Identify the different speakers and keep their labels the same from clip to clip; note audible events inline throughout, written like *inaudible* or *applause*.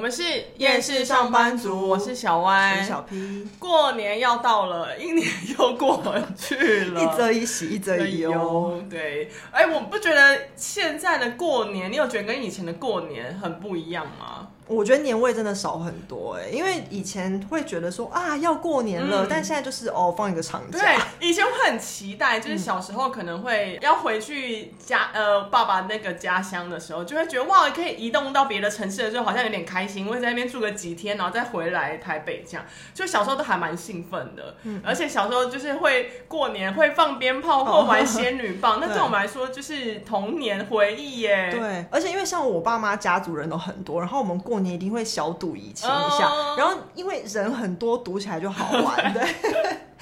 Speaker 1: 们是
Speaker 2: 厌世上班族
Speaker 1: 我是小
Speaker 2: 我
Speaker 1: 歪
Speaker 2: 是。小 P，
Speaker 1: 过年要到了，一年又过去了，
Speaker 2: 一则一喜，一则一忧。。
Speaker 1: 对，哎，我不觉得现在的过年，你有觉得跟以前的过年很不一样吗？
Speaker 2: 我觉得年味真的少很多哎、因为以前会觉得说啊要过年了，
Speaker 1: 嗯
Speaker 2: 但现在就是哦放一个长
Speaker 1: 对
Speaker 2: 假，，
Speaker 1: 以前我很期待，就是小时候可能会要回去家，
Speaker 2: 嗯
Speaker 1: 呃，爸爸那个家乡的时候，就会觉得哇，可以移动到别的城市的时候，好像有点开心，会在那边住个几天，然后再回来台北这样。就小时候都还蛮兴奋的，而且小时候就是会过年会放鞭炮或
Speaker 2: 嗯哦
Speaker 1: 玩仙女棒，那
Speaker 2: 对
Speaker 1: 对我们来说就是童年回忆耶。
Speaker 2: 对，而且因为像我爸妈家族人都很多，然后我们过年一定会小赌怡情一下，
Speaker 1: 哦
Speaker 2: 然后因为人很多，赌起来就好玩，对。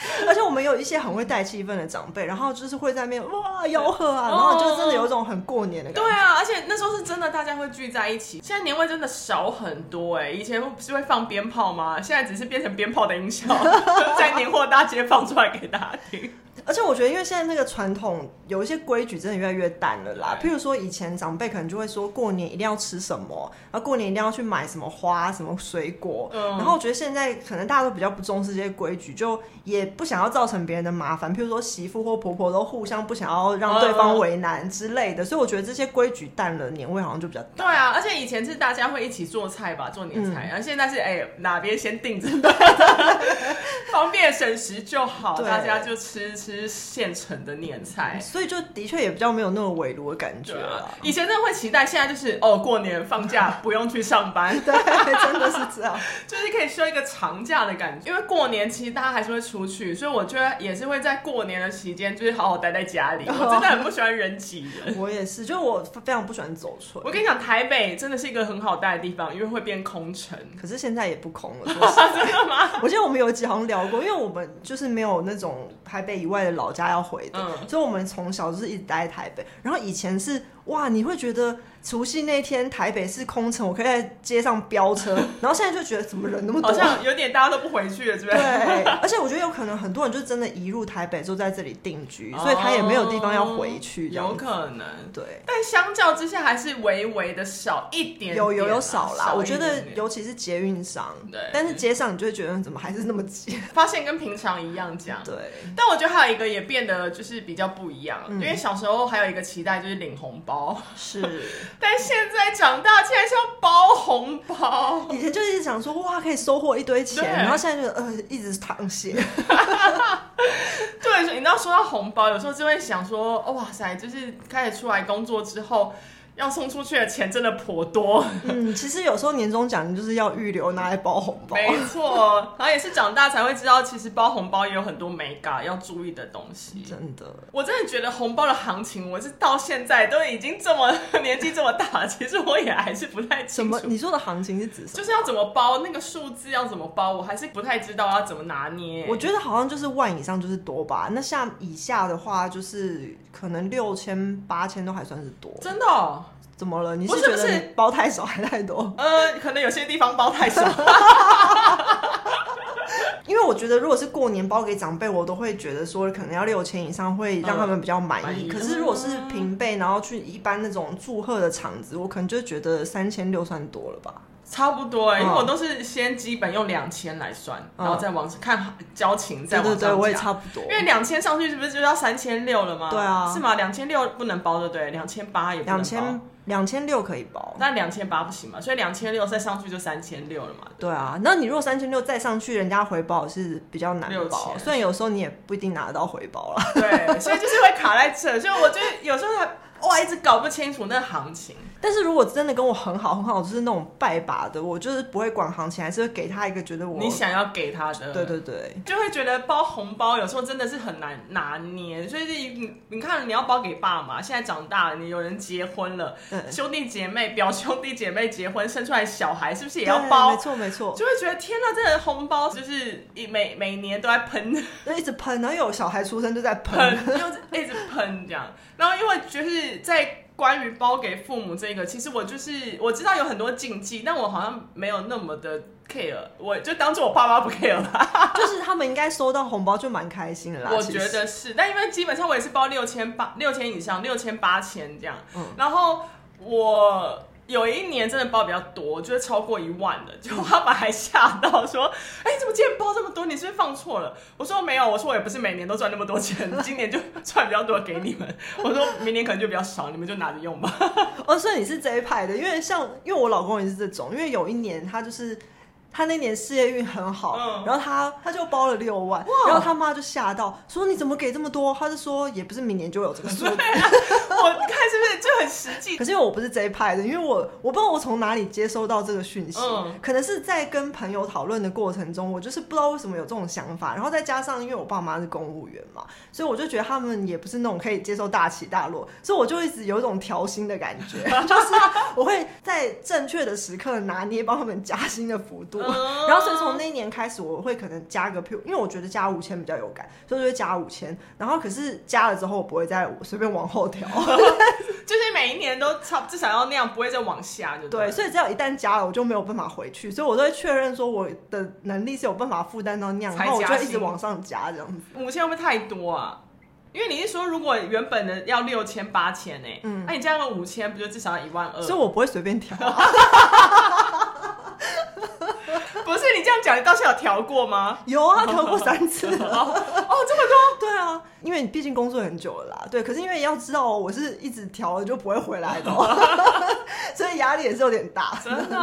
Speaker 2: *laughs* 而且我们有一些很会带气氛的长辈，然后就是会在那边哇吆喝啊，然后就真的有一种很过年的感
Speaker 1: 对
Speaker 2: 觉。
Speaker 1: 啊，而且那时候是真的大家会聚在一起，现在年味真的少很多哎、以前不是会放鞭炮吗？现在只是变成鞭炮的音效， *laughs* 在年货大街放出来给大家听。
Speaker 2: 而且我觉得，因为现在那个传统有一些规矩真的越来越淡了啦。譬
Speaker 1: 对
Speaker 2: 如说，以前长辈可能就会说过年一定要吃什么，然后过年一定要去买什么花、什么水果。
Speaker 1: 嗯
Speaker 2: 然后我觉得现在可能大家都比较不重视这些规矩，就也不想要造成别人的麻烦。譬如说，媳妇或婆婆都互相不想要让对方为难之类的。所以我觉得这些规矩淡了，年味好像就比较
Speaker 1: 对啊，而且以前是大家会一起做菜吧，做年菜，然后现在是哎、哪边先定着， *laughs* 方便省时就好，
Speaker 2: 对
Speaker 1: 大家就吃吃现成的年菜。
Speaker 2: 所以就的确也比较没有那种围炉的感觉
Speaker 1: 对啊
Speaker 2: 了。，
Speaker 1: 以前真的会期待，现在就是哦，过年放假不用去上班，
Speaker 2: 对，真的是这样。
Speaker 1: 就是可以休一个长假的感觉，因为过年其实大家还是会出去，所以我觉得也是会在过年的期间，就是好好待在家
Speaker 2: 哦
Speaker 1: 里。我真的很不喜欢人挤人。
Speaker 2: 我也是，就是我非常不喜欢走村。
Speaker 1: 我跟你讲，台北真的是一个很好待的地方，因为会变空城。
Speaker 2: 可是现在也不空
Speaker 1: *laughs*
Speaker 2: 了，说实在 *laughs* 我记得我们有一集好像聊过，因为我们就是没有那种台北以外的老家要回的，
Speaker 1: 嗯
Speaker 2: 所以我们从小就是一直待在台北。然后以前是哇，你会觉得除夕那天台北是空城，我可以在街上
Speaker 1: *laughs*
Speaker 2: 飙车，然后现在就觉得怎么人那么多
Speaker 1: 好。像有点大家都不回去了，是不
Speaker 2: 对
Speaker 1: 是？，
Speaker 2: *laughs* 而且我觉得有可能很多人就真的移入台北，就在这里定居，
Speaker 1: 哦
Speaker 2: 所以他也没有地方要回去。这样
Speaker 1: *laughs* 有
Speaker 2: 子
Speaker 1: 可能。
Speaker 2: 对，
Speaker 1: 但相较之下，还是微微的少一点点啊
Speaker 2: 有有有少啦。我
Speaker 1: 一
Speaker 2: 觉
Speaker 1: 点
Speaker 2: 得
Speaker 1: 点
Speaker 2: 尤其是捷运上，
Speaker 1: 对
Speaker 2: 但是街上你就会觉得怎么还是那么挤。
Speaker 1: 发现跟平常一样这样。
Speaker 2: 对，
Speaker 1: 但我觉得还有一个也变得就是比较不一
Speaker 2: 嗯
Speaker 1: 样，因为小时候还有一个期待就是领红包。
Speaker 2: 是。
Speaker 1: 但现在长大竟然是要包红包，
Speaker 2: *laughs* 以前就是一直想说哇可以收获一堆钱，
Speaker 1: 对
Speaker 2: 然后现在就呃一直淌血，
Speaker 1: *laughs* 对，你知道说到红包，有时候就会想说，哦、哇塞，就是开始出来工作之后，要送出去的钱真的颇多，
Speaker 2: 嗯，其实有时候年终奖就是要预留拿来包红包，
Speaker 1: 没错，然后也是长大才会知道，其实包红包也有很多美感要注意的东西。
Speaker 2: 真的。
Speaker 1: 我真的觉得红包的行情，我是到现在都已经这么 *laughs* 年纪这么大，其实我也还是不太
Speaker 2: 什
Speaker 1: 清
Speaker 2: 么？
Speaker 1: 楚。
Speaker 2: 你说的行情是指什么？
Speaker 1: 就是要怎么包那个数字要怎么包，我还是不太知道要怎么拿捏。
Speaker 2: 我觉得好像就是万以上就是多吧，那像以下的话就是可能六千八千都还算是多。
Speaker 1: 真的哦、
Speaker 2: 怎么了？你
Speaker 1: 不
Speaker 2: 是
Speaker 1: 是
Speaker 2: 觉
Speaker 1: 不
Speaker 2: 得
Speaker 1: 是
Speaker 2: 你包太少还太多？
Speaker 1: 呃，可能有些地方包太
Speaker 2: *laughs*
Speaker 1: 少。
Speaker 2: 因为我觉得如果是过年包给长辈，我都会觉得说可能要六千以上会让他们比较满
Speaker 1: 满
Speaker 2: 意。
Speaker 1: 意
Speaker 2: 可是如果是平辈，然后去一般那种祝贺的场子，我可能就觉得三千六算多了吧。
Speaker 1: 差不多、欸，因为
Speaker 2: 嗯
Speaker 1: 我都是先基本用两千来算，
Speaker 2: 嗯
Speaker 1: 然后再往看交情，再
Speaker 2: 对
Speaker 1: 往
Speaker 2: 对
Speaker 1: 上
Speaker 2: 对，我也
Speaker 1: 加
Speaker 2: 差不多
Speaker 1: 因。为两千上去是不是就要三千六了吗？
Speaker 2: 对啊
Speaker 1: 是吗？两千六不能包，对不对？两千八也不能包
Speaker 2: 两千，两千六可以包。
Speaker 1: 但两千八不行嘛，所以两千六再上去就三千六了嘛。
Speaker 2: 对啊，那你如果三千六再上去，人家回报是比较难包。
Speaker 1: 6000
Speaker 2: 虽然有时候你也不一定拿得到回报啦。 *laughs*
Speaker 1: 对，所以就是会卡在这，所以我就有时候还哇一直搞不清楚那个行情。
Speaker 2: 但是如果真的跟我很好很好，就是那种拜把的，我就是不会管行情，还是会给他一个觉得我
Speaker 1: 你。想要给他的，
Speaker 2: 对对对，
Speaker 1: 就会觉得包红包有时候真的是很难拿捏，所以你你看你要包给爸妈，现在长大了，你有人结婚了，
Speaker 2: 嗯
Speaker 1: 兄弟姐妹、表兄弟姐妹结婚生出来小孩，是不是也
Speaker 2: 对
Speaker 1: 要包
Speaker 2: 没？错没错，
Speaker 1: 就会觉得天呐，这个红包就是一每每年都在
Speaker 2: *laughs*
Speaker 1: 喷
Speaker 2: 就一直喷，然后有小孩出生就在喷。
Speaker 1: 喷，又一直喷这样。然后因为就是在关于包给父母这个，其实我就是我知道有很多禁忌，但我好像没有那么的 care，我就当做我爸妈不 care 吧。
Speaker 2: 啊就是他们应该收到红包就蛮开心的啦。
Speaker 1: 我
Speaker 2: 其
Speaker 1: 觉
Speaker 2: 实
Speaker 1: 得是，但因为基本上我也是包六千八、六千以上、六千八千这样，
Speaker 2: 嗯
Speaker 1: 然后我。有一年真的包比较多，就是超过一万的，就他爸还吓到说：“哎、你怎么今年包这么多？你是不是放错了？”我说：“没有，我说我也不是每年都赚那么多钱，今年就 *laughs* 赚比较多给你们。”我说明年可能就比较少，你们就拿着用吧。 *laughs*
Speaker 2: 哦，所以你是这一派的，因为像因为我老公也是这种，因为有一年他就是他那年事业运很好，
Speaker 1: 嗯
Speaker 2: 然后他他就包了六万，然后他妈就吓到说你怎么给这么多？他就说也不是明年就有这个数字，
Speaker 1: 啊我看是不是就很实际？
Speaker 2: 可是因为我不是这一派的，因为我我不知道我从哪里接收到这个讯息，
Speaker 1: 嗯
Speaker 2: 可能是在跟朋友讨论的过程中，我就是不知道为什么有这种想法，然后再加上因为我爸妈是公务员嘛，所以我就觉得他们也不是那种可以接受大起大落，所以我就一直有一种调薪的感
Speaker 1: *laughs*
Speaker 2: 觉，就是我会在正确的时刻拿捏帮他们加薪的幅度，
Speaker 1: 嗯
Speaker 2: 然后所以从那一年开始，我会可能加个，譬如因为我觉得加五千比较有感，所以我就会加五千，然后可是加了之后，我不会再随便往后调。
Speaker 1: 就是每一年都差，至少要那样，不会再往下就
Speaker 2: 对，
Speaker 1: 了
Speaker 2: 所以只要一旦加了，我就没有办法回去，所以我都会确认说我的能力是有办法负担到那样，
Speaker 1: 才
Speaker 2: 然后我就
Speaker 1: 加
Speaker 2: 会一直
Speaker 1: 薪
Speaker 2: 往上加这样子。
Speaker 1: 五千会不会太多啊？因为你是说，如果原本的要六千八千呢，欸
Speaker 2: 嗯
Speaker 1: 那、你加个五千，不就至少要一万二？
Speaker 2: 所以我不会随便
Speaker 1: *laughs*
Speaker 2: 调啊、
Speaker 1: *laughs* 不是你这样讲，你到现在有调过
Speaker 2: *laughs*
Speaker 1: 吗？
Speaker 2: 有啊，调过三次 *laughs* 了。
Speaker 1: *laughs* 哦，这么多，
Speaker 2: 对啊，因为你毕竟工作很久了啦，对。可是因为要知道哦，我是一直调了就不会回来
Speaker 1: *laughs*
Speaker 2: 的哦， *laughs* 所以压力也是有点大。
Speaker 1: 真的。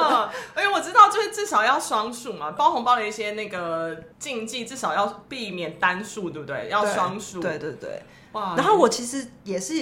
Speaker 1: 而且我知道，就是至少要双数嘛，包红包的一些那个禁忌，至少要避免单数，对不对？要
Speaker 2: 对
Speaker 1: 双数。
Speaker 2: 对，对对。
Speaker 1: 哇。
Speaker 2: 然后我其实也是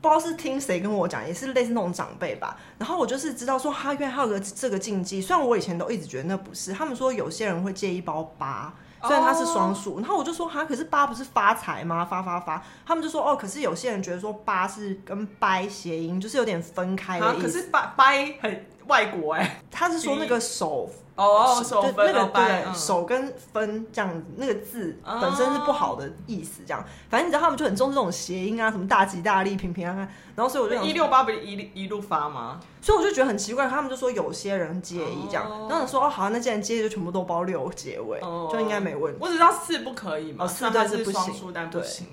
Speaker 2: 不知道是听谁跟我讲，也是类似那种长辈吧。然后我就是知道说，哈，原来还有个这个禁忌。虽然我以前都一直觉得那不是，他们说有些人会介意包八。虽然它
Speaker 1: 哦
Speaker 2: 是双数然后我就说哈，可是八不是发财吗？发发发，他们就说哦，可是有些人觉得说八是跟掰谐音，就是有点分开
Speaker 1: 啊
Speaker 2: 的，意
Speaker 1: 可
Speaker 2: 思。
Speaker 1: 是掰掰很外国哎、
Speaker 2: 他是说那个手
Speaker 1: 哦，
Speaker 2: 是
Speaker 1: 手
Speaker 2: 对
Speaker 1: 分
Speaker 2: 那个
Speaker 1: 哦掰，
Speaker 2: 对
Speaker 1: 嗯
Speaker 2: 手跟分这样子，那个字
Speaker 1: 哦
Speaker 2: 本身是不好的意思，这样。反正你知道他们就很重视这种谐音啊，什么大吉大利、平平安安。然后所以我就想
Speaker 1: 一
Speaker 2: 说，
Speaker 1: 六八不是一一路发吗？
Speaker 2: 所以我就觉得很奇怪，他们就说有些人介意这样。
Speaker 1: 哦
Speaker 2: 然后你说哦好，那既然介意就全部都包六结尾，
Speaker 1: 哦
Speaker 2: 就应该没问题。
Speaker 1: 我只知道四不可以嘛，
Speaker 2: 哦
Speaker 1: 虽
Speaker 2: 四
Speaker 1: 然它
Speaker 2: 对是不
Speaker 1: 双
Speaker 2: 行
Speaker 1: 数但不
Speaker 2: 对
Speaker 1: 行。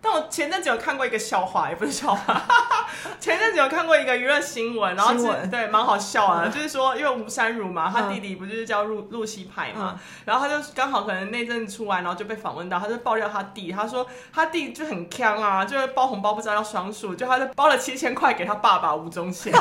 Speaker 1: 但我前阵子有看过一个笑话，也不是笑话， *laughs* 前阵子有看过一个娱乐新闻，然后
Speaker 2: 新
Speaker 1: 是
Speaker 2: 闻
Speaker 1: 对蛮好笑啊，就是说因为吴珊如嘛，她
Speaker 2: 嗯
Speaker 1: 弟弟不就是叫露露西派嘛，然后他就刚好可能那阵出来，然后就被访问到，他就爆料他弟，他说他弟就很坑啊，就是包红包不知道要双数，就他就包了七千块给他爸爸吴宗宪， *laughs* 然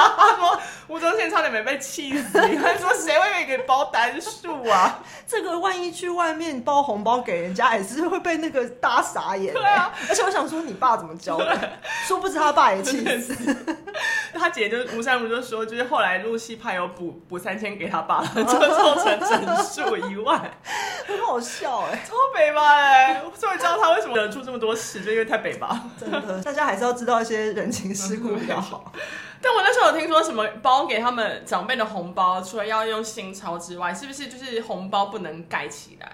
Speaker 1: 后他说吴宗宪差点没被气死，他说谁会给包单数啊？
Speaker 2: 这个万一去外面包红包给人家，也是会被那个大家傻眼、欸。
Speaker 1: 对啊，
Speaker 2: 而且我想说，你爸怎么教的？殊不知他爸也
Speaker 1: *laughs*
Speaker 2: 气
Speaker 1: 真的
Speaker 2: 死。
Speaker 1: 他姐就吴珊如就说，就是后来露西派有补补三千给他 *laughs* 爸，就凑成整数一万，
Speaker 2: 很好笑哎、
Speaker 1: 超北吧哎、我终于知道他为什么惹出这么多事，就因为太北吧。
Speaker 2: 真的，大家还是要知道一些人情世故比较好。
Speaker 1: 但我那时候有听说什么包给他们长辈的红包，除了要用新钞之外，是不是就是红包不能盖起来？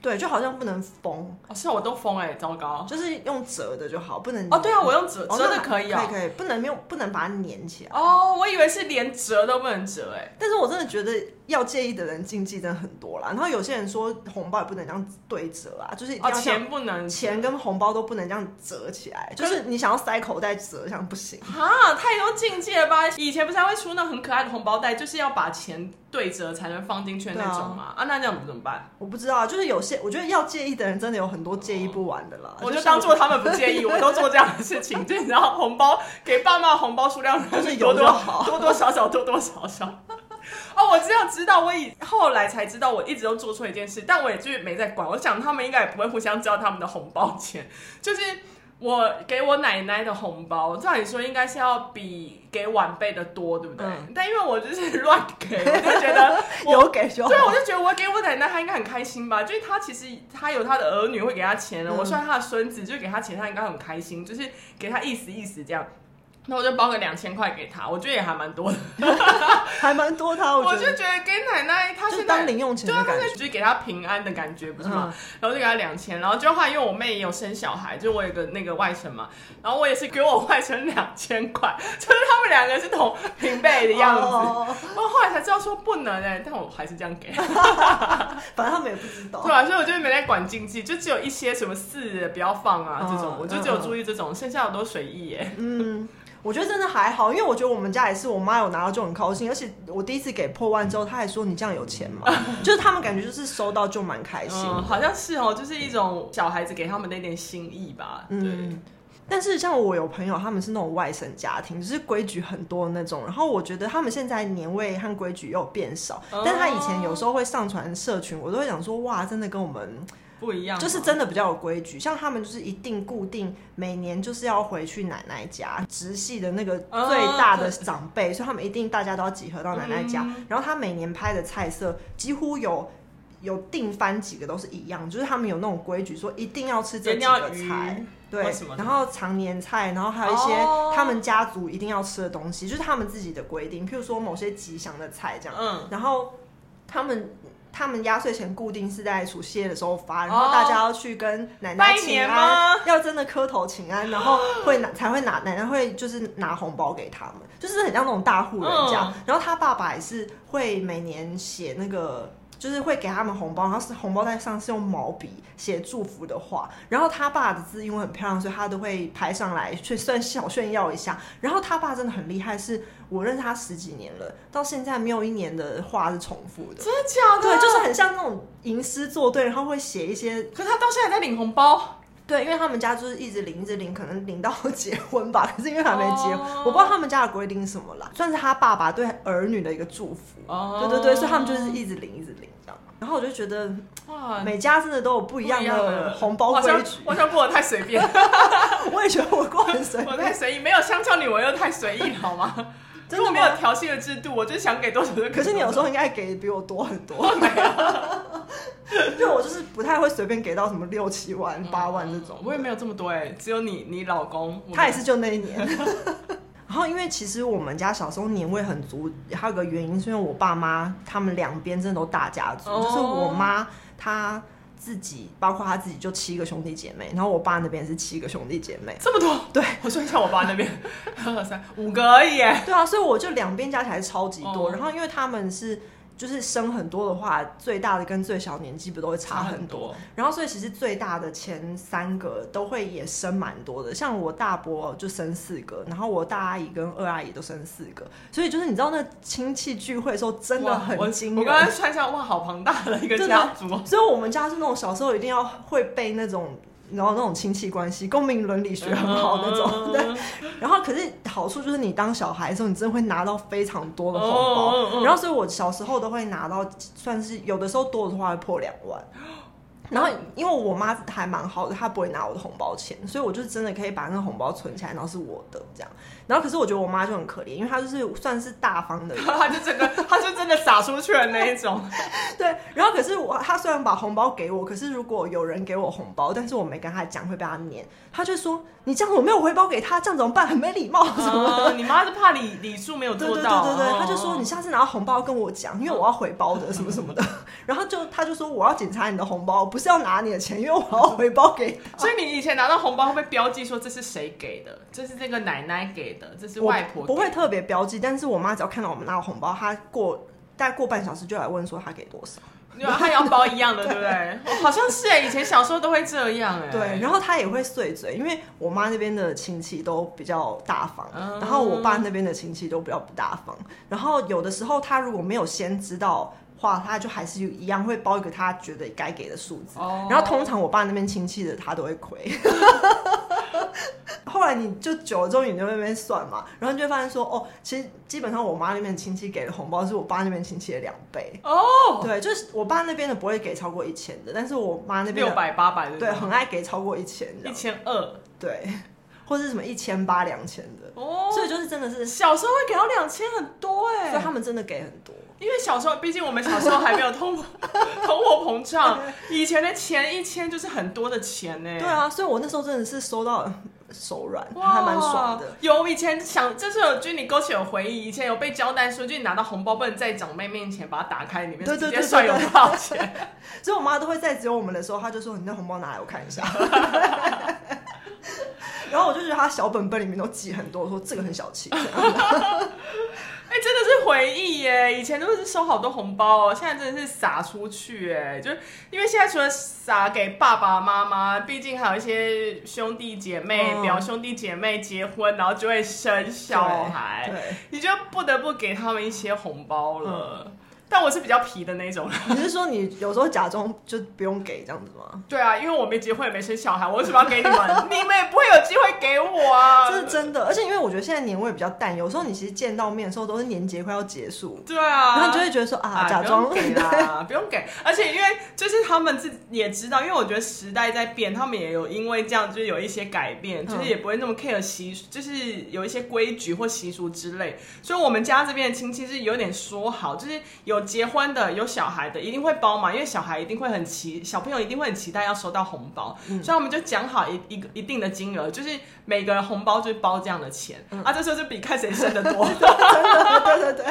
Speaker 2: 对，就好像不能封，
Speaker 1: 哦，是啊我都疯哎、糟糕。
Speaker 2: 就是用折的就好，不能
Speaker 1: 哦，对啊，我用折
Speaker 2: 哦
Speaker 1: 折
Speaker 2: 那
Speaker 1: 的可以
Speaker 2: 可以
Speaker 1: 啊。
Speaker 2: 可以，不能没有不能把它粘起来。
Speaker 1: 哦，我以为是连折都不能折哎、
Speaker 2: 但是我真的觉得要介意的人禁忌真的很多啦。然后有些人说红包也不能这样对折啊，就是一定
Speaker 1: 哦，
Speaker 2: 要像
Speaker 1: 钱不能
Speaker 2: 钱跟红包都不能这样折起来，
Speaker 1: 可
Speaker 2: 就是是你想要塞口袋折，这样不行。
Speaker 1: 啊，太多境界了吧！以前不是还会出那很可爱的红包袋，就是要把钱对折才能放进去的那种嘛。啊那这样怎么办？
Speaker 2: 我不知道啊，就是有些我觉得要介意的人真的有很多介意不完的啦。
Speaker 1: 哦我就
Speaker 2: 像
Speaker 1: 当做他们不介意，我都做这样的事情。就你知道，红包给爸妈的红包数量
Speaker 2: 就是
Speaker 1: 多
Speaker 2: 有
Speaker 1: 多
Speaker 2: 就好
Speaker 1: 多多少少，多多少少。哦，我这样知道，我以后来才知道，我一直都做错一件事，但我也就是没在管。我想他们应该也不会互相知道他们的红包钱，就是。我给我奶奶的红包，照理说应该是要比给晚辈的多，对不对？
Speaker 2: 嗯
Speaker 1: 但因为我就是乱给，我就觉得我
Speaker 2: *laughs* 有给就好
Speaker 1: 对，啊我就觉得我给我奶奶，她应该很开心吧？就是她其实她有她的儿女会给她钱了，
Speaker 2: 嗯
Speaker 1: 我算她的孙子就给她钱，她应该很开心，就是给她意思意思这样。那我就包个两千块给她，我觉得也还蛮多的。
Speaker 2: 还蛮多他，
Speaker 1: 我
Speaker 2: *laughs* 我觉
Speaker 1: 就
Speaker 2: 得
Speaker 1: 觉得给奶奶，她
Speaker 2: 就是是当零用钱
Speaker 1: 对
Speaker 2: 的
Speaker 1: 啊，她
Speaker 2: 感觉嗯
Speaker 1: 是。就是给她平安的感觉，不是吗？然后就给她两千，然后就后来因为我妹也有生小孩，就是我有个那个外甥嘛，然后我也是给我外甥两千块，就是他们两个是同平辈的样子。
Speaker 2: 哦
Speaker 1: 我后来才知道说不能哎、但我还是这样给。
Speaker 2: 反正他们也不知道。
Speaker 1: 对啊，所以我就没在管禁忌，就只有一些什么四不要放啊
Speaker 2: 嗯
Speaker 1: 这种，我就只有注意这种，剩下的都随意耶。
Speaker 2: 嗯，我觉得真的还好，因为我觉得我们家也是，我妈有拿到就很高兴，而且我第一次给破万之后，她还说你这样有钱吗？就是他们感觉就是收到就蛮开心的
Speaker 1: 嗯，好像是哦，就是一种小孩子给他们的一点心意吧。对，
Speaker 2: 嗯但是像我有朋友，他们是那种外省家庭，就是规矩很多的那种。然后我觉得他们现在年味和规矩又有变少，
Speaker 1: 哦
Speaker 2: 但他以前有时候会上传社群，我都会想说，哇，真的跟我们
Speaker 1: 不一样，
Speaker 2: 就是真的比较有规矩。像他们就是一定固定每年就是要回去奶奶家，直系的那个
Speaker 1: 哦
Speaker 2: 最大的长辈，所以他们一定大家都要集合到奶奶家。
Speaker 1: 嗯
Speaker 2: 然后他每年拍的菜色几乎有。有定番几个都是一样，就是他们有那种规矩，说一定要吃这
Speaker 1: 一
Speaker 2: 几
Speaker 1: 定要
Speaker 2: 个
Speaker 1: 鱼
Speaker 2: 菜，对
Speaker 1: 或什么，的
Speaker 2: 然后常年菜，然后还有一些
Speaker 1: 哦
Speaker 2: 他们家族一定要吃的东西，就是他们自己的规定，譬如说某些吉祥的菜这样。
Speaker 1: 嗯，
Speaker 2: 然后他们他们压岁钱固定是在除夕夜的时候发，
Speaker 1: 哦
Speaker 2: 然后大家要去跟奶奶
Speaker 1: 拜
Speaker 2: 请
Speaker 1: 年
Speaker 2: 安
Speaker 1: 吗，
Speaker 2: 要真的磕头请安，
Speaker 1: *laughs*
Speaker 2: 然后会拿才会拿奶奶会就是拿红包给他们，就是很像那种大户人家。
Speaker 1: 嗯
Speaker 2: 然后他爸爸也是会每年写那个。就是会给他们红包，然后是红包袋上是用毛笔写祝福的话，然后他爸的字因为很漂亮，所以他都会拍上来，去算小炫耀一下。然后他爸真的很厉害，是我认识他十几年了，到现在没有一年的话是重复的。
Speaker 1: 真的假的？
Speaker 2: 对，就是。很像那种吟诗作对，然后会写一些
Speaker 1: 可是他到现在还在领红包，
Speaker 2: 对，因为他们家就是一直领，一直领，可能领到 *laughs* 结婚吧。可是因为还没结婚
Speaker 1: 哦
Speaker 2: 我不知道他们家的规定是什么啦，算是他爸爸对儿女的一个祝福。
Speaker 1: 哦
Speaker 2: 对对对，所以他们就是一直领，一直领这样。然后我就觉得
Speaker 1: 哦哇，
Speaker 2: 每家真的都有不
Speaker 1: 嗯不
Speaker 2: 一样的红包
Speaker 1: 我好
Speaker 2: 规
Speaker 1: 像
Speaker 2: 矩。 *laughs*
Speaker 1: 我好像过得太随便，
Speaker 2: 我也觉得我过得很随
Speaker 1: 我
Speaker 2: 便，
Speaker 1: 太随意，没有相较你，我又太随意了，好吗？
Speaker 2: 真的吗
Speaker 1: 如果没有调薪的制度，我就想给多少就给多少。
Speaker 2: *laughs* 可是你有时候应该给比我多很
Speaker 1: 哦
Speaker 2: 多。
Speaker 1: 啊
Speaker 2: *laughs* 就我就是不太会随便给到什么六七万、八万这种。
Speaker 1: 哦我也没有这么多哎、只有你，你老公，我
Speaker 2: 他也是就那一年。 *laughs* 然后，因为其实我们家小时候年味很足，还有个原因是因为我爸妈他们两边真的都大家族，
Speaker 1: 哦
Speaker 2: 就是我妈她自己，包括她自己就七个兄弟姐妹，然后我爸那边是七个兄弟姐妹，
Speaker 1: 这么多， *laughs*
Speaker 2: 对，
Speaker 1: 我算一下我爸那边，二三五个而已哎、
Speaker 2: 对啊，所以我就两边加起来超级多。
Speaker 1: 哦
Speaker 2: 然后因为他们是就是生很多的话，最大的跟最小年纪不都会差很多？
Speaker 1: 多。
Speaker 2: 然后所以其实最大的前三个都会也生蛮多的，像我大伯就生四个，然后我大阿姨跟二阿姨都生四个，所以就是你知道那亲戚聚会的时候真的
Speaker 1: 哇我
Speaker 2: 很惊
Speaker 1: 我刚才
Speaker 2: 人。
Speaker 1: 算一下，哇，好庞大的一个
Speaker 2: 真的啊
Speaker 1: 家族哦。 *laughs*
Speaker 2: 所以我们家是那种小时候一定要会背那种，然后那种亲戚关系、公民伦理学很好那种。 *laughs* 对，
Speaker 1: 嗯
Speaker 2: 然后可是好处就是你当小孩的时候，你真的会拿到非常多的红包。
Speaker 1: 哦哦哦
Speaker 2: 然后所以我小时候都会拿到，算是有的时候多的话会破两万。然后因为我妈还蛮好的，她不会拿我的红包钱，所以我就真的可以把那个红包存起来，然后是我的这样。然后可是我觉得我妈就很可怜，因为她就是算是大方的人，
Speaker 1: 他就整个，他就真的撒出去的那一种，
Speaker 2: 对。然后可是我她虽然把红包给我，可是如果有人给我红包，但是我没跟她讲会被她撵，她就说你这样我没有回包给她，这样怎么办？很没礼貌， *laughs* 什么的。
Speaker 1: 嗯你妈是怕礼礼数没有
Speaker 2: *laughs* 对
Speaker 1: 做
Speaker 2: 对对
Speaker 1: 到，
Speaker 2: 对对，
Speaker 1: 哦
Speaker 2: 他就说你，下次拿到红包跟我讲，因为我要回包的什么什么的。然后就他就说我要检查你的红包，不是要拿你的钱，因为我要回
Speaker 1: *laughs*
Speaker 2: 包给他。
Speaker 1: 所以你以前拿到红包会被标记说这是谁给的，这是这个奶奶给的，这是
Speaker 2: 我
Speaker 1: 外婆给的
Speaker 2: 不会特别标记，但是我妈只要看到我们拿到红包，她过大概过半小时就来问说她给多少。
Speaker 1: 对啊，他也要包一
Speaker 2: *laughs*
Speaker 1: 样的，对不对？我好像是哎，以前小时候都会这样哎。
Speaker 2: 对，然后她也会碎嘴，因为我妈那边的亲戚都比较大方，
Speaker 1: 嗯
Speaker 2: 然后我爸那边的亲戚都比较不大方。然后有的时候她如果没有先知道的话，她就还是一样会包一个她觉得该给的数字。
Speaker 1: 哦
Speaker 2: 然后通常我爸那边亲戚的他都会亏。 *laughs* 后来你就久了之后，你就在那边算嘛，然后你就会发现说，哦，其实基本上我妈那边亲戚给的红包是我爸那边亲戚的两倍。
Speaker 1: 哦，
Speaker 2: 对，就是我爸那边的不会给超过一千的，但是我妈那边
Speaker 1: 六
Speaker 2: 的
Speaker 1: 百八百的，
Speaker 2: 对很爱给超过一千
Speaker 1: 一
Speaker 2: 这样，
Speaker 1: 千二
Speaker 2: 对，或是什么一千八、两千的，
Speaker 1: 哦，
Speaker 2: 所以就是真的是，所
Speaker 1: 小时候会给到两千，很多
Speaker 2: 以
Speaker 1: 哎。
Speaker 2: 他们真的给很多。
Speaker 1: 因为小时候，毕竟我们小时候还没有通
Speaker 2: *laughs*
Speaker 1: 通货膨胀，以前的钱一千就是很多的钱呢。
Speaker 2: 对，啊，所以我那时候真的是收到手软，
Speaker 1: 哇，
Speaker 2: 还蛮爽的。。
Speaker 1: 有以前想，这是有君你勾起我回忆，以前有被交代说，就你拿到红包不能在长辈面前把它打开，里面
Speaker 2: 对
Speaker 1: 直
Speaker 2: 对对
Speaker 1: 接算有
Speaker 2: 对对
Speaker 1: 多少钱。
Speaker 2: 所以我妈都会在只有我们的时候，她就说：“你那红包拿来我看
Speaker 1: *laughs*
Speaker 2: 一下。”然后我就觉得她小本本里面都记很多，说这个很小气。这样
Speaker 1: 哎、哎、真的是回忆耶！以前都是收好多红包哦，现在真的是撒出去哎，就是因为现在除了撒给爸爸妈妈，毕竟还有一些兄弟姐妹、
Speaker 2: 嗯
Speaker 1: 表兄弟姐妹结婚，然后就会生小孩，
Speaker 2: 对，
Speaker 1: 你就不得不给他们一些红包了。
Speaker 2: 嗯
Speaker 1: 但我是比较皮的那种，
Speaker 2: 你是说你有时候假装就不用给这样子吗？
Speaker 1: *laughs* 对啊，因为我没结婚也没生小孩，我为什么要给你们？
Speaker 2: *laughs*
Speaker 1: 你们也不会有机会给我啊！
Speaker 2: 这是真的，而且因为我觉得现在年味比较淡，有时候你其实见到面的时候都是年节快要结束，
Speaker 1: 对啊，
Speaker 2: 然后你就会觉得说啊，假装
Speaker 1: 不用给啦，不用给。 *laughs* 而且因为就是他们自己也知道，因为我觉得时代在变，他们也有因为这样就是有一些改变，
Speaker 2: 嗯
Speaker 1: 就是也不会那么 care 习，就是有一些规矩或习俗之类。所以我们家这边的亲戚是有点说好，就是有结婚的、有小孩的一定会包嘛，因为小孩一定会很期，小朋友一定会很期待要收到红包，
Speaker 2: 嗯
Speaker 1: 所以我们就讲好一一个一定的金额，就是每个红包就是包这样的钱、
Speaker 2: 嗯
Speaker 1: 啊，这时候就比看谁生的多。
Speaker 2: 对对对对，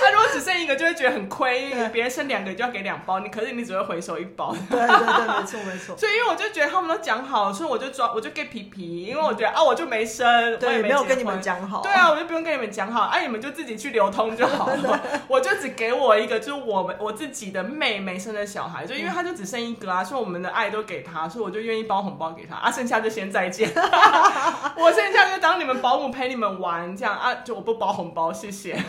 Speaker 1: 他如果只剩一个，就会觉得很亏
Speaker 2: 对，
Speaker 1: 别人剩两个你就要给两包，你可是你只会回收一包。
Speaker 2: *laughs*
Speaker 1: *laughs*
Speaker 2: 对对对，没错没错，
Speaker 1: 所以，因为我就觉得他们都讲好，所以我就抓，我就给皮皮，因为我觉得啊，我就没生，我
Speaker 2: 对，
Speaker 1: 也
Speaker 2: 没有
Speaker 1: 结婚
Speaker 2: 跟你们。讲好，
Speaker 1: 对啊，我就不用跟你们讲好，哎、啊，你们就自己去流通就好 *laughs* 了。我就只给我一个，就是我们我自己的妹妹生的小孩，就因为她就只剩一个啊，所以我们的爱都给她，所以我就愿意包红包给她啊，剩下就先再 *laughs* 见。我剩下就当你们保姆陪你们玩这样啊，就我不包红包，谢谢。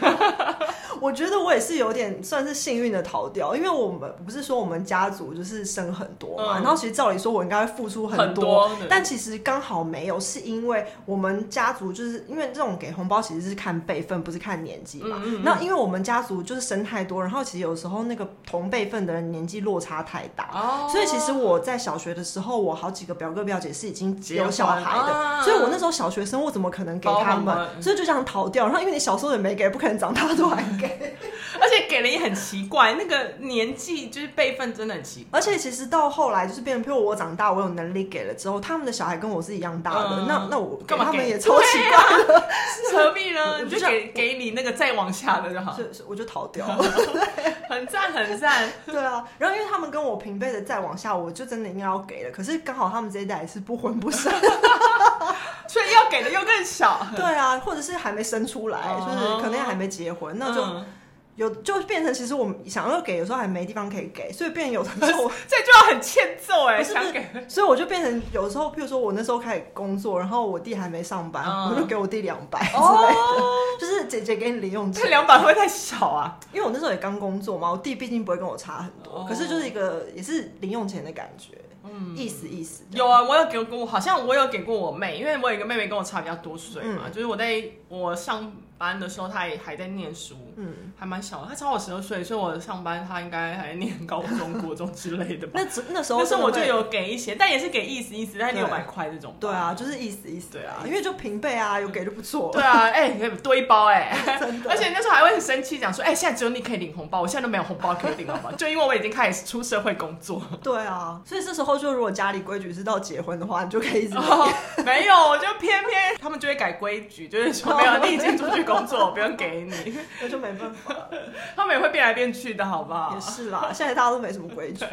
Speaker 2: 我觉得我也是有点算是幸运的逃掉，因为我们不是说我们家族就是生很多嘛，
Speaker 1: 嗯
Speaker 2: 然后其实照理说我应该会付出
Speaker 1: 很多嗯对
Speaker 2: 但其实刚好没有，是因为我们家族就是因为这种给红包其实是看辈分，不是看年纪嘛。
Speaker 1: 嗯
Speaker 2: 然后因为我们家族就是生太多，然后其实有时候那个同辈分的人年纪落差太大，
Speaker 1: 哦
Speaker 2: 所以其实我在小学的时候，我好几个表哥表姐是已经
Speaker 1: 结
Speaker 2: 有小
Speaker 1: 婚
Speaker 2: 孩的，
Speaker 1: 啊
Speaker 2: 所以我那时候小学生，我怎么可能给
Speaker 1: 包
Speaker 2: 他
Speaker 1: 红
Speaker 2: 们
Speaker 1: 包？
Speaker 2: 所以就这样逃掉。然后因为你小时候也没给，不可能长大都还给。
Speaker 1: *laughs* 而且给了也很奇怪，那个年纪就是辈分真的很奇怪。
Speaker 2: 而且其实到后来就是变成，譬如我长大，我有能力给了之后，他们的小孩跟我是一样大的，
Speaker 1: 嗯
Speaker 2: 那那我
Speaker 1: 干嘛
Speaker 2: 他们
Speaker 1: 给
Speaker 2: 也超奇怪，
Speaker 1: 何必呢？
Speaker 2: 我
Speaker 1: 你就
Speaker 2: 不知道
Speaker 1: 给给你那个再往下的就好，
Speaker 2: *laughs* 所以所以我就逃掉了。
Speaker 1: 很赞很赞。
Speaker 2: 对啊，然后因为他们跟我平辈的再往下，我就真的应该要给了，可是刚好他们这一代也是不婚
Speaker 1: *laughs*
Speaker 2: 不生，
Speaker 1: 所以要给的又更少，
Speaker 2: 对啊，或者是还没生出来，
Speaker 1: 哦
Speaker 2: 就是可能也还没结婚， *laughs* 那就。
Speaker 1: 嗯
Speaker 2: 有就变成，其实我们想要给，有时候还没地方可以给，所以变成有的
Speaker 1: *laughs*
Speaker 2: 时候我
Speaker 1: 这就要很欠揍哎、
Speaker 2: 不是不
Speaker 1: 想给。
Speaker 2: 是，所以我就变成有时候，譬如说我那时候开始工作，然后我弟还没上班，
Speaker 1: 嗯
Speaker 2: 我就给我弟两百之类的，
Speaker 1: 哦，
Speaker 2: 就是姐姐给你零用钱
Speaker 1: *laughs* 这。两百会不会太少啊？
Speaker 2: 因为我那时候也刚工作嘛，我弟毕竟不会跟我差很多，
Speaker 1: 哦
Speaker 2: 可是就是一个也是零用钱的感觉，嗯，意思意思。
Speaker 1: 有啊，我有给过，好像我有给过我妹，因为我有一个妹妹跟我差比较多岁嘛，
Speaker 2: 嗯
Speaker 1: 就是我在我上班的时候，她也还在念书，
Speaker 2: 嗯，
Speaker 1: 还蛮小的，她超我十二岁，所以我上班她应该还念高中、国中之类的吧。
Speaker 2: 那只那时候
Speaker 1: 那时候我就
Speaker 2: 真的会
Speaker 1: 有给一些，但也是给意思意思，但
Speaker 2: 对
Speaker 1: 六百块这种。
Speaker 2: 对啊，，就是意思意思
Speaker 1: 对啊
Speaker 2: 因为就平辈啊，有给就不错，
Speaker 1: *laughs* 对啊，哎、可以多一包哎、
Speaker 2: 真的
Speaker 1: 而且那时候还会很生气，讲说，哎、现在只有你可以领红包，我现在都没有红包可以领了吧？ *laughs* 就因为我已经开始出社会工作，
Speaker 2: *laughs* 对啊，所以这时候就如果家里规矩是到结婚的话，你就可以一直
Speaker 1: 哦 *laughs* 没有，我就偏偏他们就会改规矩，就是说没有，你已经出去工作，我不用给你。
Speaker 2: *laughs*
Speaker 1: *laughs*
Speaker 2: 那就没办法了，
Speaker 1: 他们也会变来变去的，好不好
Speaker 2: 也？是啦，现在大家都没什么规矩，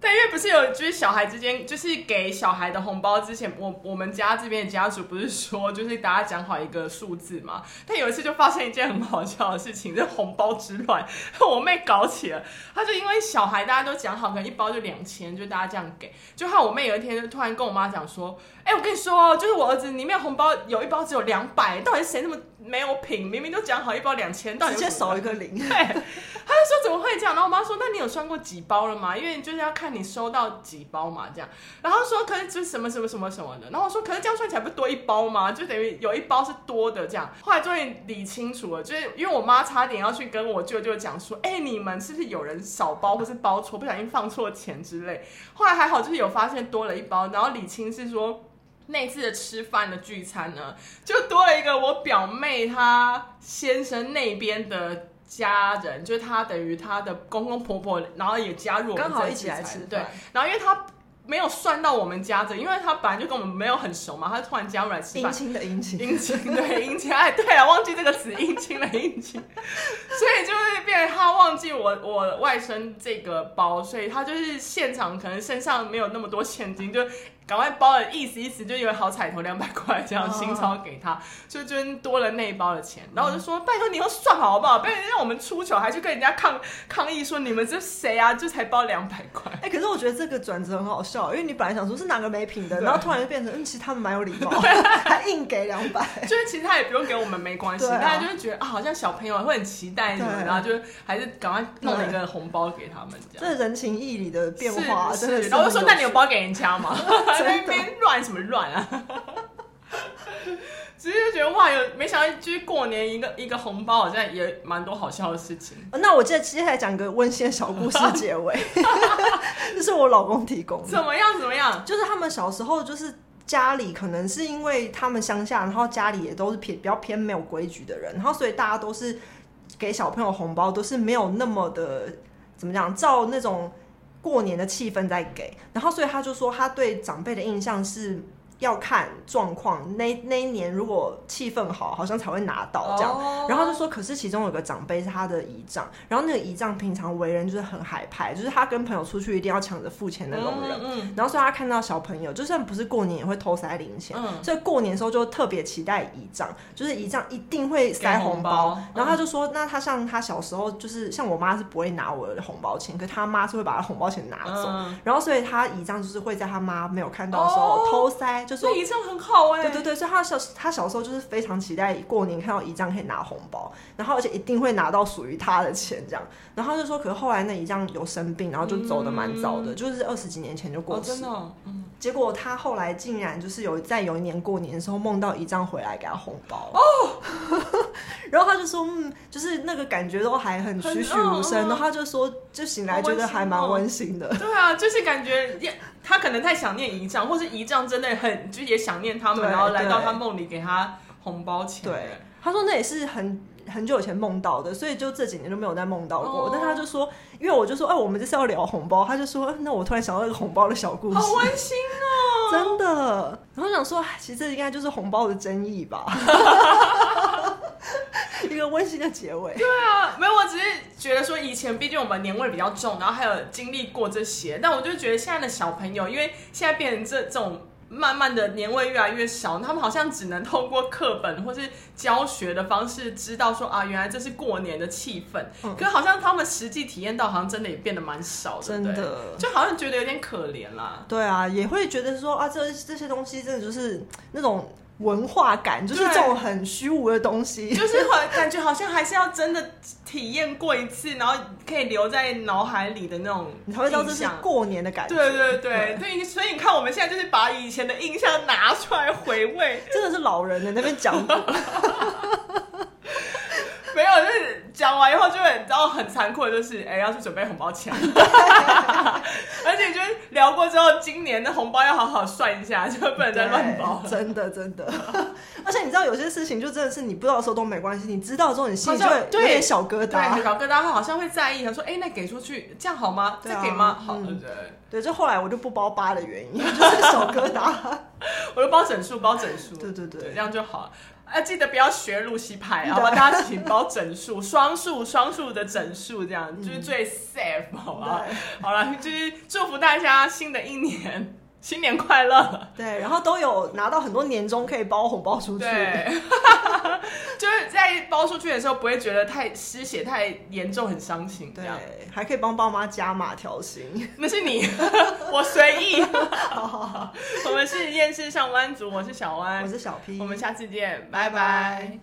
Speaker 1: 但因为不是有，就是小孩之间，就是给小孩的红包之前，我我们家这边的家属不是说，就是大家讲好一个数字嘛。但有一次就发生一件很好笑的事情， *laughs* 就是红包之乱，我妹搞起了。她就因为小孩大家都讲好，可能一包就两千，就大家这样给。就害我妹有一天就突然跟我妈讲说：“哎、我跟你说哦，就是我儿子里面红包有一包只有两百，到底谁那么没有品？明明都讲好一包两 *laughs* 千，到底
Speaker 2: 直
Speaker 1: 有什
Speaker 2: 接
Speaker 1: 么
Speaker 2: 少一个
Speaker 1: *laughs*
Speaker 2: 零，
Speaker 1: 对，他就说怎么会这样？然后我妈说，那你有算过几包了吗？因为就是要看你收到几包嘛，这样。然后说，可是就是什么什么什么什么的。然后我说，可是这样算起来不多一包吗？就等于有一包是多的这样。后来终于理清楚了，就是因为我妈差点要去跟我舅舅讲说，哎、你们是不是有人少包或是包错，不小心放错钱之类。后来还好，就是有发现多了一包，然后理清是说。那次的吃饭的聚餐呢，就多了一个我表妹她先生那边的家人，就是她等于她的公公婆婆，然后也加入我们
Speaker 2: 刚好
Speaker 1: 这
Speaker 2: 一起来
Speaker 1: 餐
Speaker 2: 吃
Speaker 1: 对
Speaker 2: 饭，
Speaker 1: 然后因为她没有算到我们家的，因为她本来就跟我们没有很熟嘛，她突然加入来吃
Speaker 2: 姻
Speaker 1: 饭。
Speaker 2: 亲的姻亲，
Speaker 1: 姻亲对姻亲，哎，对啊，忘记这个词，姻亲了姻亲，所以就会变成她忘记我我外甥这个包，所以她就是现场可能身上没有那么多现金，就赶快包了意思意思，就以为好彩头两百块这样
Speaker 2: 哦
Speaker 1: 新钞给他，就捐多了那一包的钱。然后我就说，拜托你要算好好不好？不要让我们出糗，还去跟人家抗抗议说你们这谁啊，就才包两百块。
Speaker 2: 哎、可是我觉得这个转折很好笑，因为你本来想说是哪个没品的，然后突然就变成，嗯，其实他们蛮有礼貌，
Speaker 1: *laughs*
Speaker 2: 还硬给两百。 *laughs*
Speaker 1: 就是其实他也不用给我们没关系，
Speaker 2: 对啊
Speaker 1: 大家就会觉得啊，好像小朋友会很期待什么的，
Speaker 2: 对
Speaker 1: 然后就还是赶快弄了一个红包给他们这样。
Speaker 2: 这人情义理的变化
Speaker 1: 是
Speaker 2: 真的
Speaker 1: 是
Speaker 2: 是，
Speaker 1: 然后我就说：“那你有包给人家吗？”
Speaker 2: *laughs* 真的
Speaker 1: 在那边乱什么乱啊！ *laughs* 只是就觉得哇，有没想到就是过年一个一个红包，好像也蛮多好笑的事情。
Speaker 2: 呃那我记得接下来讲个温馨的小故事
Speaker 1: *laughs*
Speaker 2: 结尾， *laughs* 这是我老公提供的，
Speaker 1: 怎么样？怎么样？
Speaker 2: 就是他们小时候就是。家里可能是因为他们乡下，然后家里也都是偏比较偏没有规矩的人，然后所以大家都是给小朋友红包都是没有那么的怎么讲，照那种过年的气氛在给。然后所以他就说，他对长辈的印象是要看状况，那那一年如果气氛好，好像才会拿到这样。
Speaker 1: 哦
Speaker 2: 然后就说，可是其中有个长辈是他的姨丈，然后那个姨丈平常为人就是很海派，就是他跟朋友出去一定要抢着付钱那种人。
Speaker 1: 嗯嗯
Speaker 2: 然后所以他看到小朋友，就算不是过年也会偷塞零钱，
Speaker 1: 嗯
Speaker 2: 所以过年的时候就特别期待姨丈，就是姨丈一定会塞
Speaker 1: 给红
Speaker 2: 红
Speaker 1: 包
Speaker 2: 包。
Speaker 1: 嗯
Speaker 2: 然后他就说，那他像他小时候，就是像我妈是不会拿我的红包钱，可他妈是会把他红包钱拿走。
Speaker 1: 嗯
Speaker 2: 然后所以他姨丈就是会在他妈没有看到的时候、
Speaker 1: 哦
Speaker 2: 偷塞，就说
Speaker 1: 所以这样很好哎、
Speaker 2: 对对对，所以他小他小时候就是非常期待过年看到姨丈可以拿红包，然后而且一定会拿到属于他的钱这样。然后他就说，可是后来那姨丈有生病，然后就走的蛮早
Speaker 1: 嗯
Speaker 2: 的，就是二十几年前就
Speaker 1: 哦，
Speaker 2: 过世。
Speaker 1: 真的、哦，嗯，
Speaker 2: 结果他后来竟然就是有在有一年过年的时候梦到姨丈回来给他红包哦， *laughs* 然后他就说，嗯，就是那个感觉都还很栩栩如生，
Speaker 1: 很嗯嗯
Speaker 2: 然后他就说，就醒来觉得还蛮温馨的。
Speaker 1: *laughs* 对啊，就是感觉也他可能太想念姨丈，或是姨丈真的很就也想念他们，
Speaker 2: 对
Speaker 1: 然后来到
Speaker 2: 对
Speaker 1: 他梦里给他红包钱。
Speaker 2: 对，他说那也是很很久以前梦到的，所以就这几年都没有再梦到过。
Speaker 1: 哦
Speaker 2: 但他就说，因为我就说，哎、我们这次要聊红包，他就说，哎那我突然想到一个红包的小故事，
Speaker 1: 好温馨哦！
Speaker 2: 真的。然后我想说，哎其实这应该就是红包的争
Speaker 1: *laughs*
Speaker 2: 议吧， *laughs* 一个温馨的结尾。
Speaker 1: 对啊，没有，我只是觉得说以前毕竟我们年味比较重，然后还有经历过这些，但我就觉得现在的小朋友，因为现在变成这这种。慢慢的年味越来越少，他们好像只能透过课本或是教学的方式知道说啊，原来这是过年的气氛。
Speaker 2: 嗯
Speaker 1: 可好像他们实际体验到，好像真的也变得蛮少的，
Speaker 2: 真
Speaker 1: 对不对
Speaker 2: 的
Speaker 1: 就好像觉得有点可怜啦。
Speaker 2: 对啊，也会觉得说啊，这这些东西真的就是那种文化感，就是
Speaker 1: 对
Speaker 2: 这种很虚无的东
Speaker 1: *laughs*
Speaker 2: 西。
Speaker 1: 就是好感觉好像还是要真的体验过一次，然后可以留在脑海里的那种
Speaker 2: 你才会知道这
Speaker 1: 印
Speaker 2: 是
Speaker 1: 象
Speaker 2: 过年的感觉，
Speaker 1: 对对对对，所以你看，我们现在就是把以前的印象拿出来回味，
Speaker 2: 真的是老人欸的那边
Speaker 1: *laughs*
Speaker 2: 讲古
Speaker 1: 没有，就是讲完以后就会你知道很残酷的，就是哎、要去准备红包
Speaker 2: *laughs*
Speaker 1: 钱，而且就是聊过之后，今年的红包要好好算一下，就不能再乱包
Speaker 2: 对
Speaker 1: 了。
Speaker 2: 真的真的。 *laughs* 而且你知道有些事情就真的是你不知道的时候都没关系，你知道之后你心里就
Speaker 1: 好像
Speaker 2: 会有点小疙瘩
Speaker 1: 对，。搞疙瘩，他好像会在意，他说：“哎、那给出去这样好吗？
Speaker 2: 对啊
Speaker 1: 这给吗？好，
Speaker 2: 嗯
Speaker 1: 对不对？
Speaker 2: 对，就后来我就不包八的原因 *laughs* 就是小疙瘩。
Speaker 1: 我就包整数，包整数，
Speaker 2: 对对对
Speaker 1: 这样就好了。啊，记得不要学露西派，啊好吧？大家请包整数，双数、双数的整数，这样
Speaker 2: 嗯
Speaker 1: 就是最 safe，好吧？好了，就是祝福大家新的一年，新年快乐！
Speaker 2: 对，然后都有拿到很多年终可以包红包出去。
Speaker 1: 对， *laughs* 就是在包出去的时候，不会觉得太失血太严重，很伤心。这
Speaker 2: 对
Speaker 1: 样，
Speaker 2: 还可以帮爸妈加码调薪。
Speaker 1: 那是你， *laughs* 我随意。 *laughs* 我们是厌世上班族，我是小
Speaker 2: 我
Speaker 1: 弯，
Speaker 2: 是小 P，
Speaker 1: 我们下次见，拜
Speaker 2: 拜
Speaker 1: 拜
Speaker 2: 拜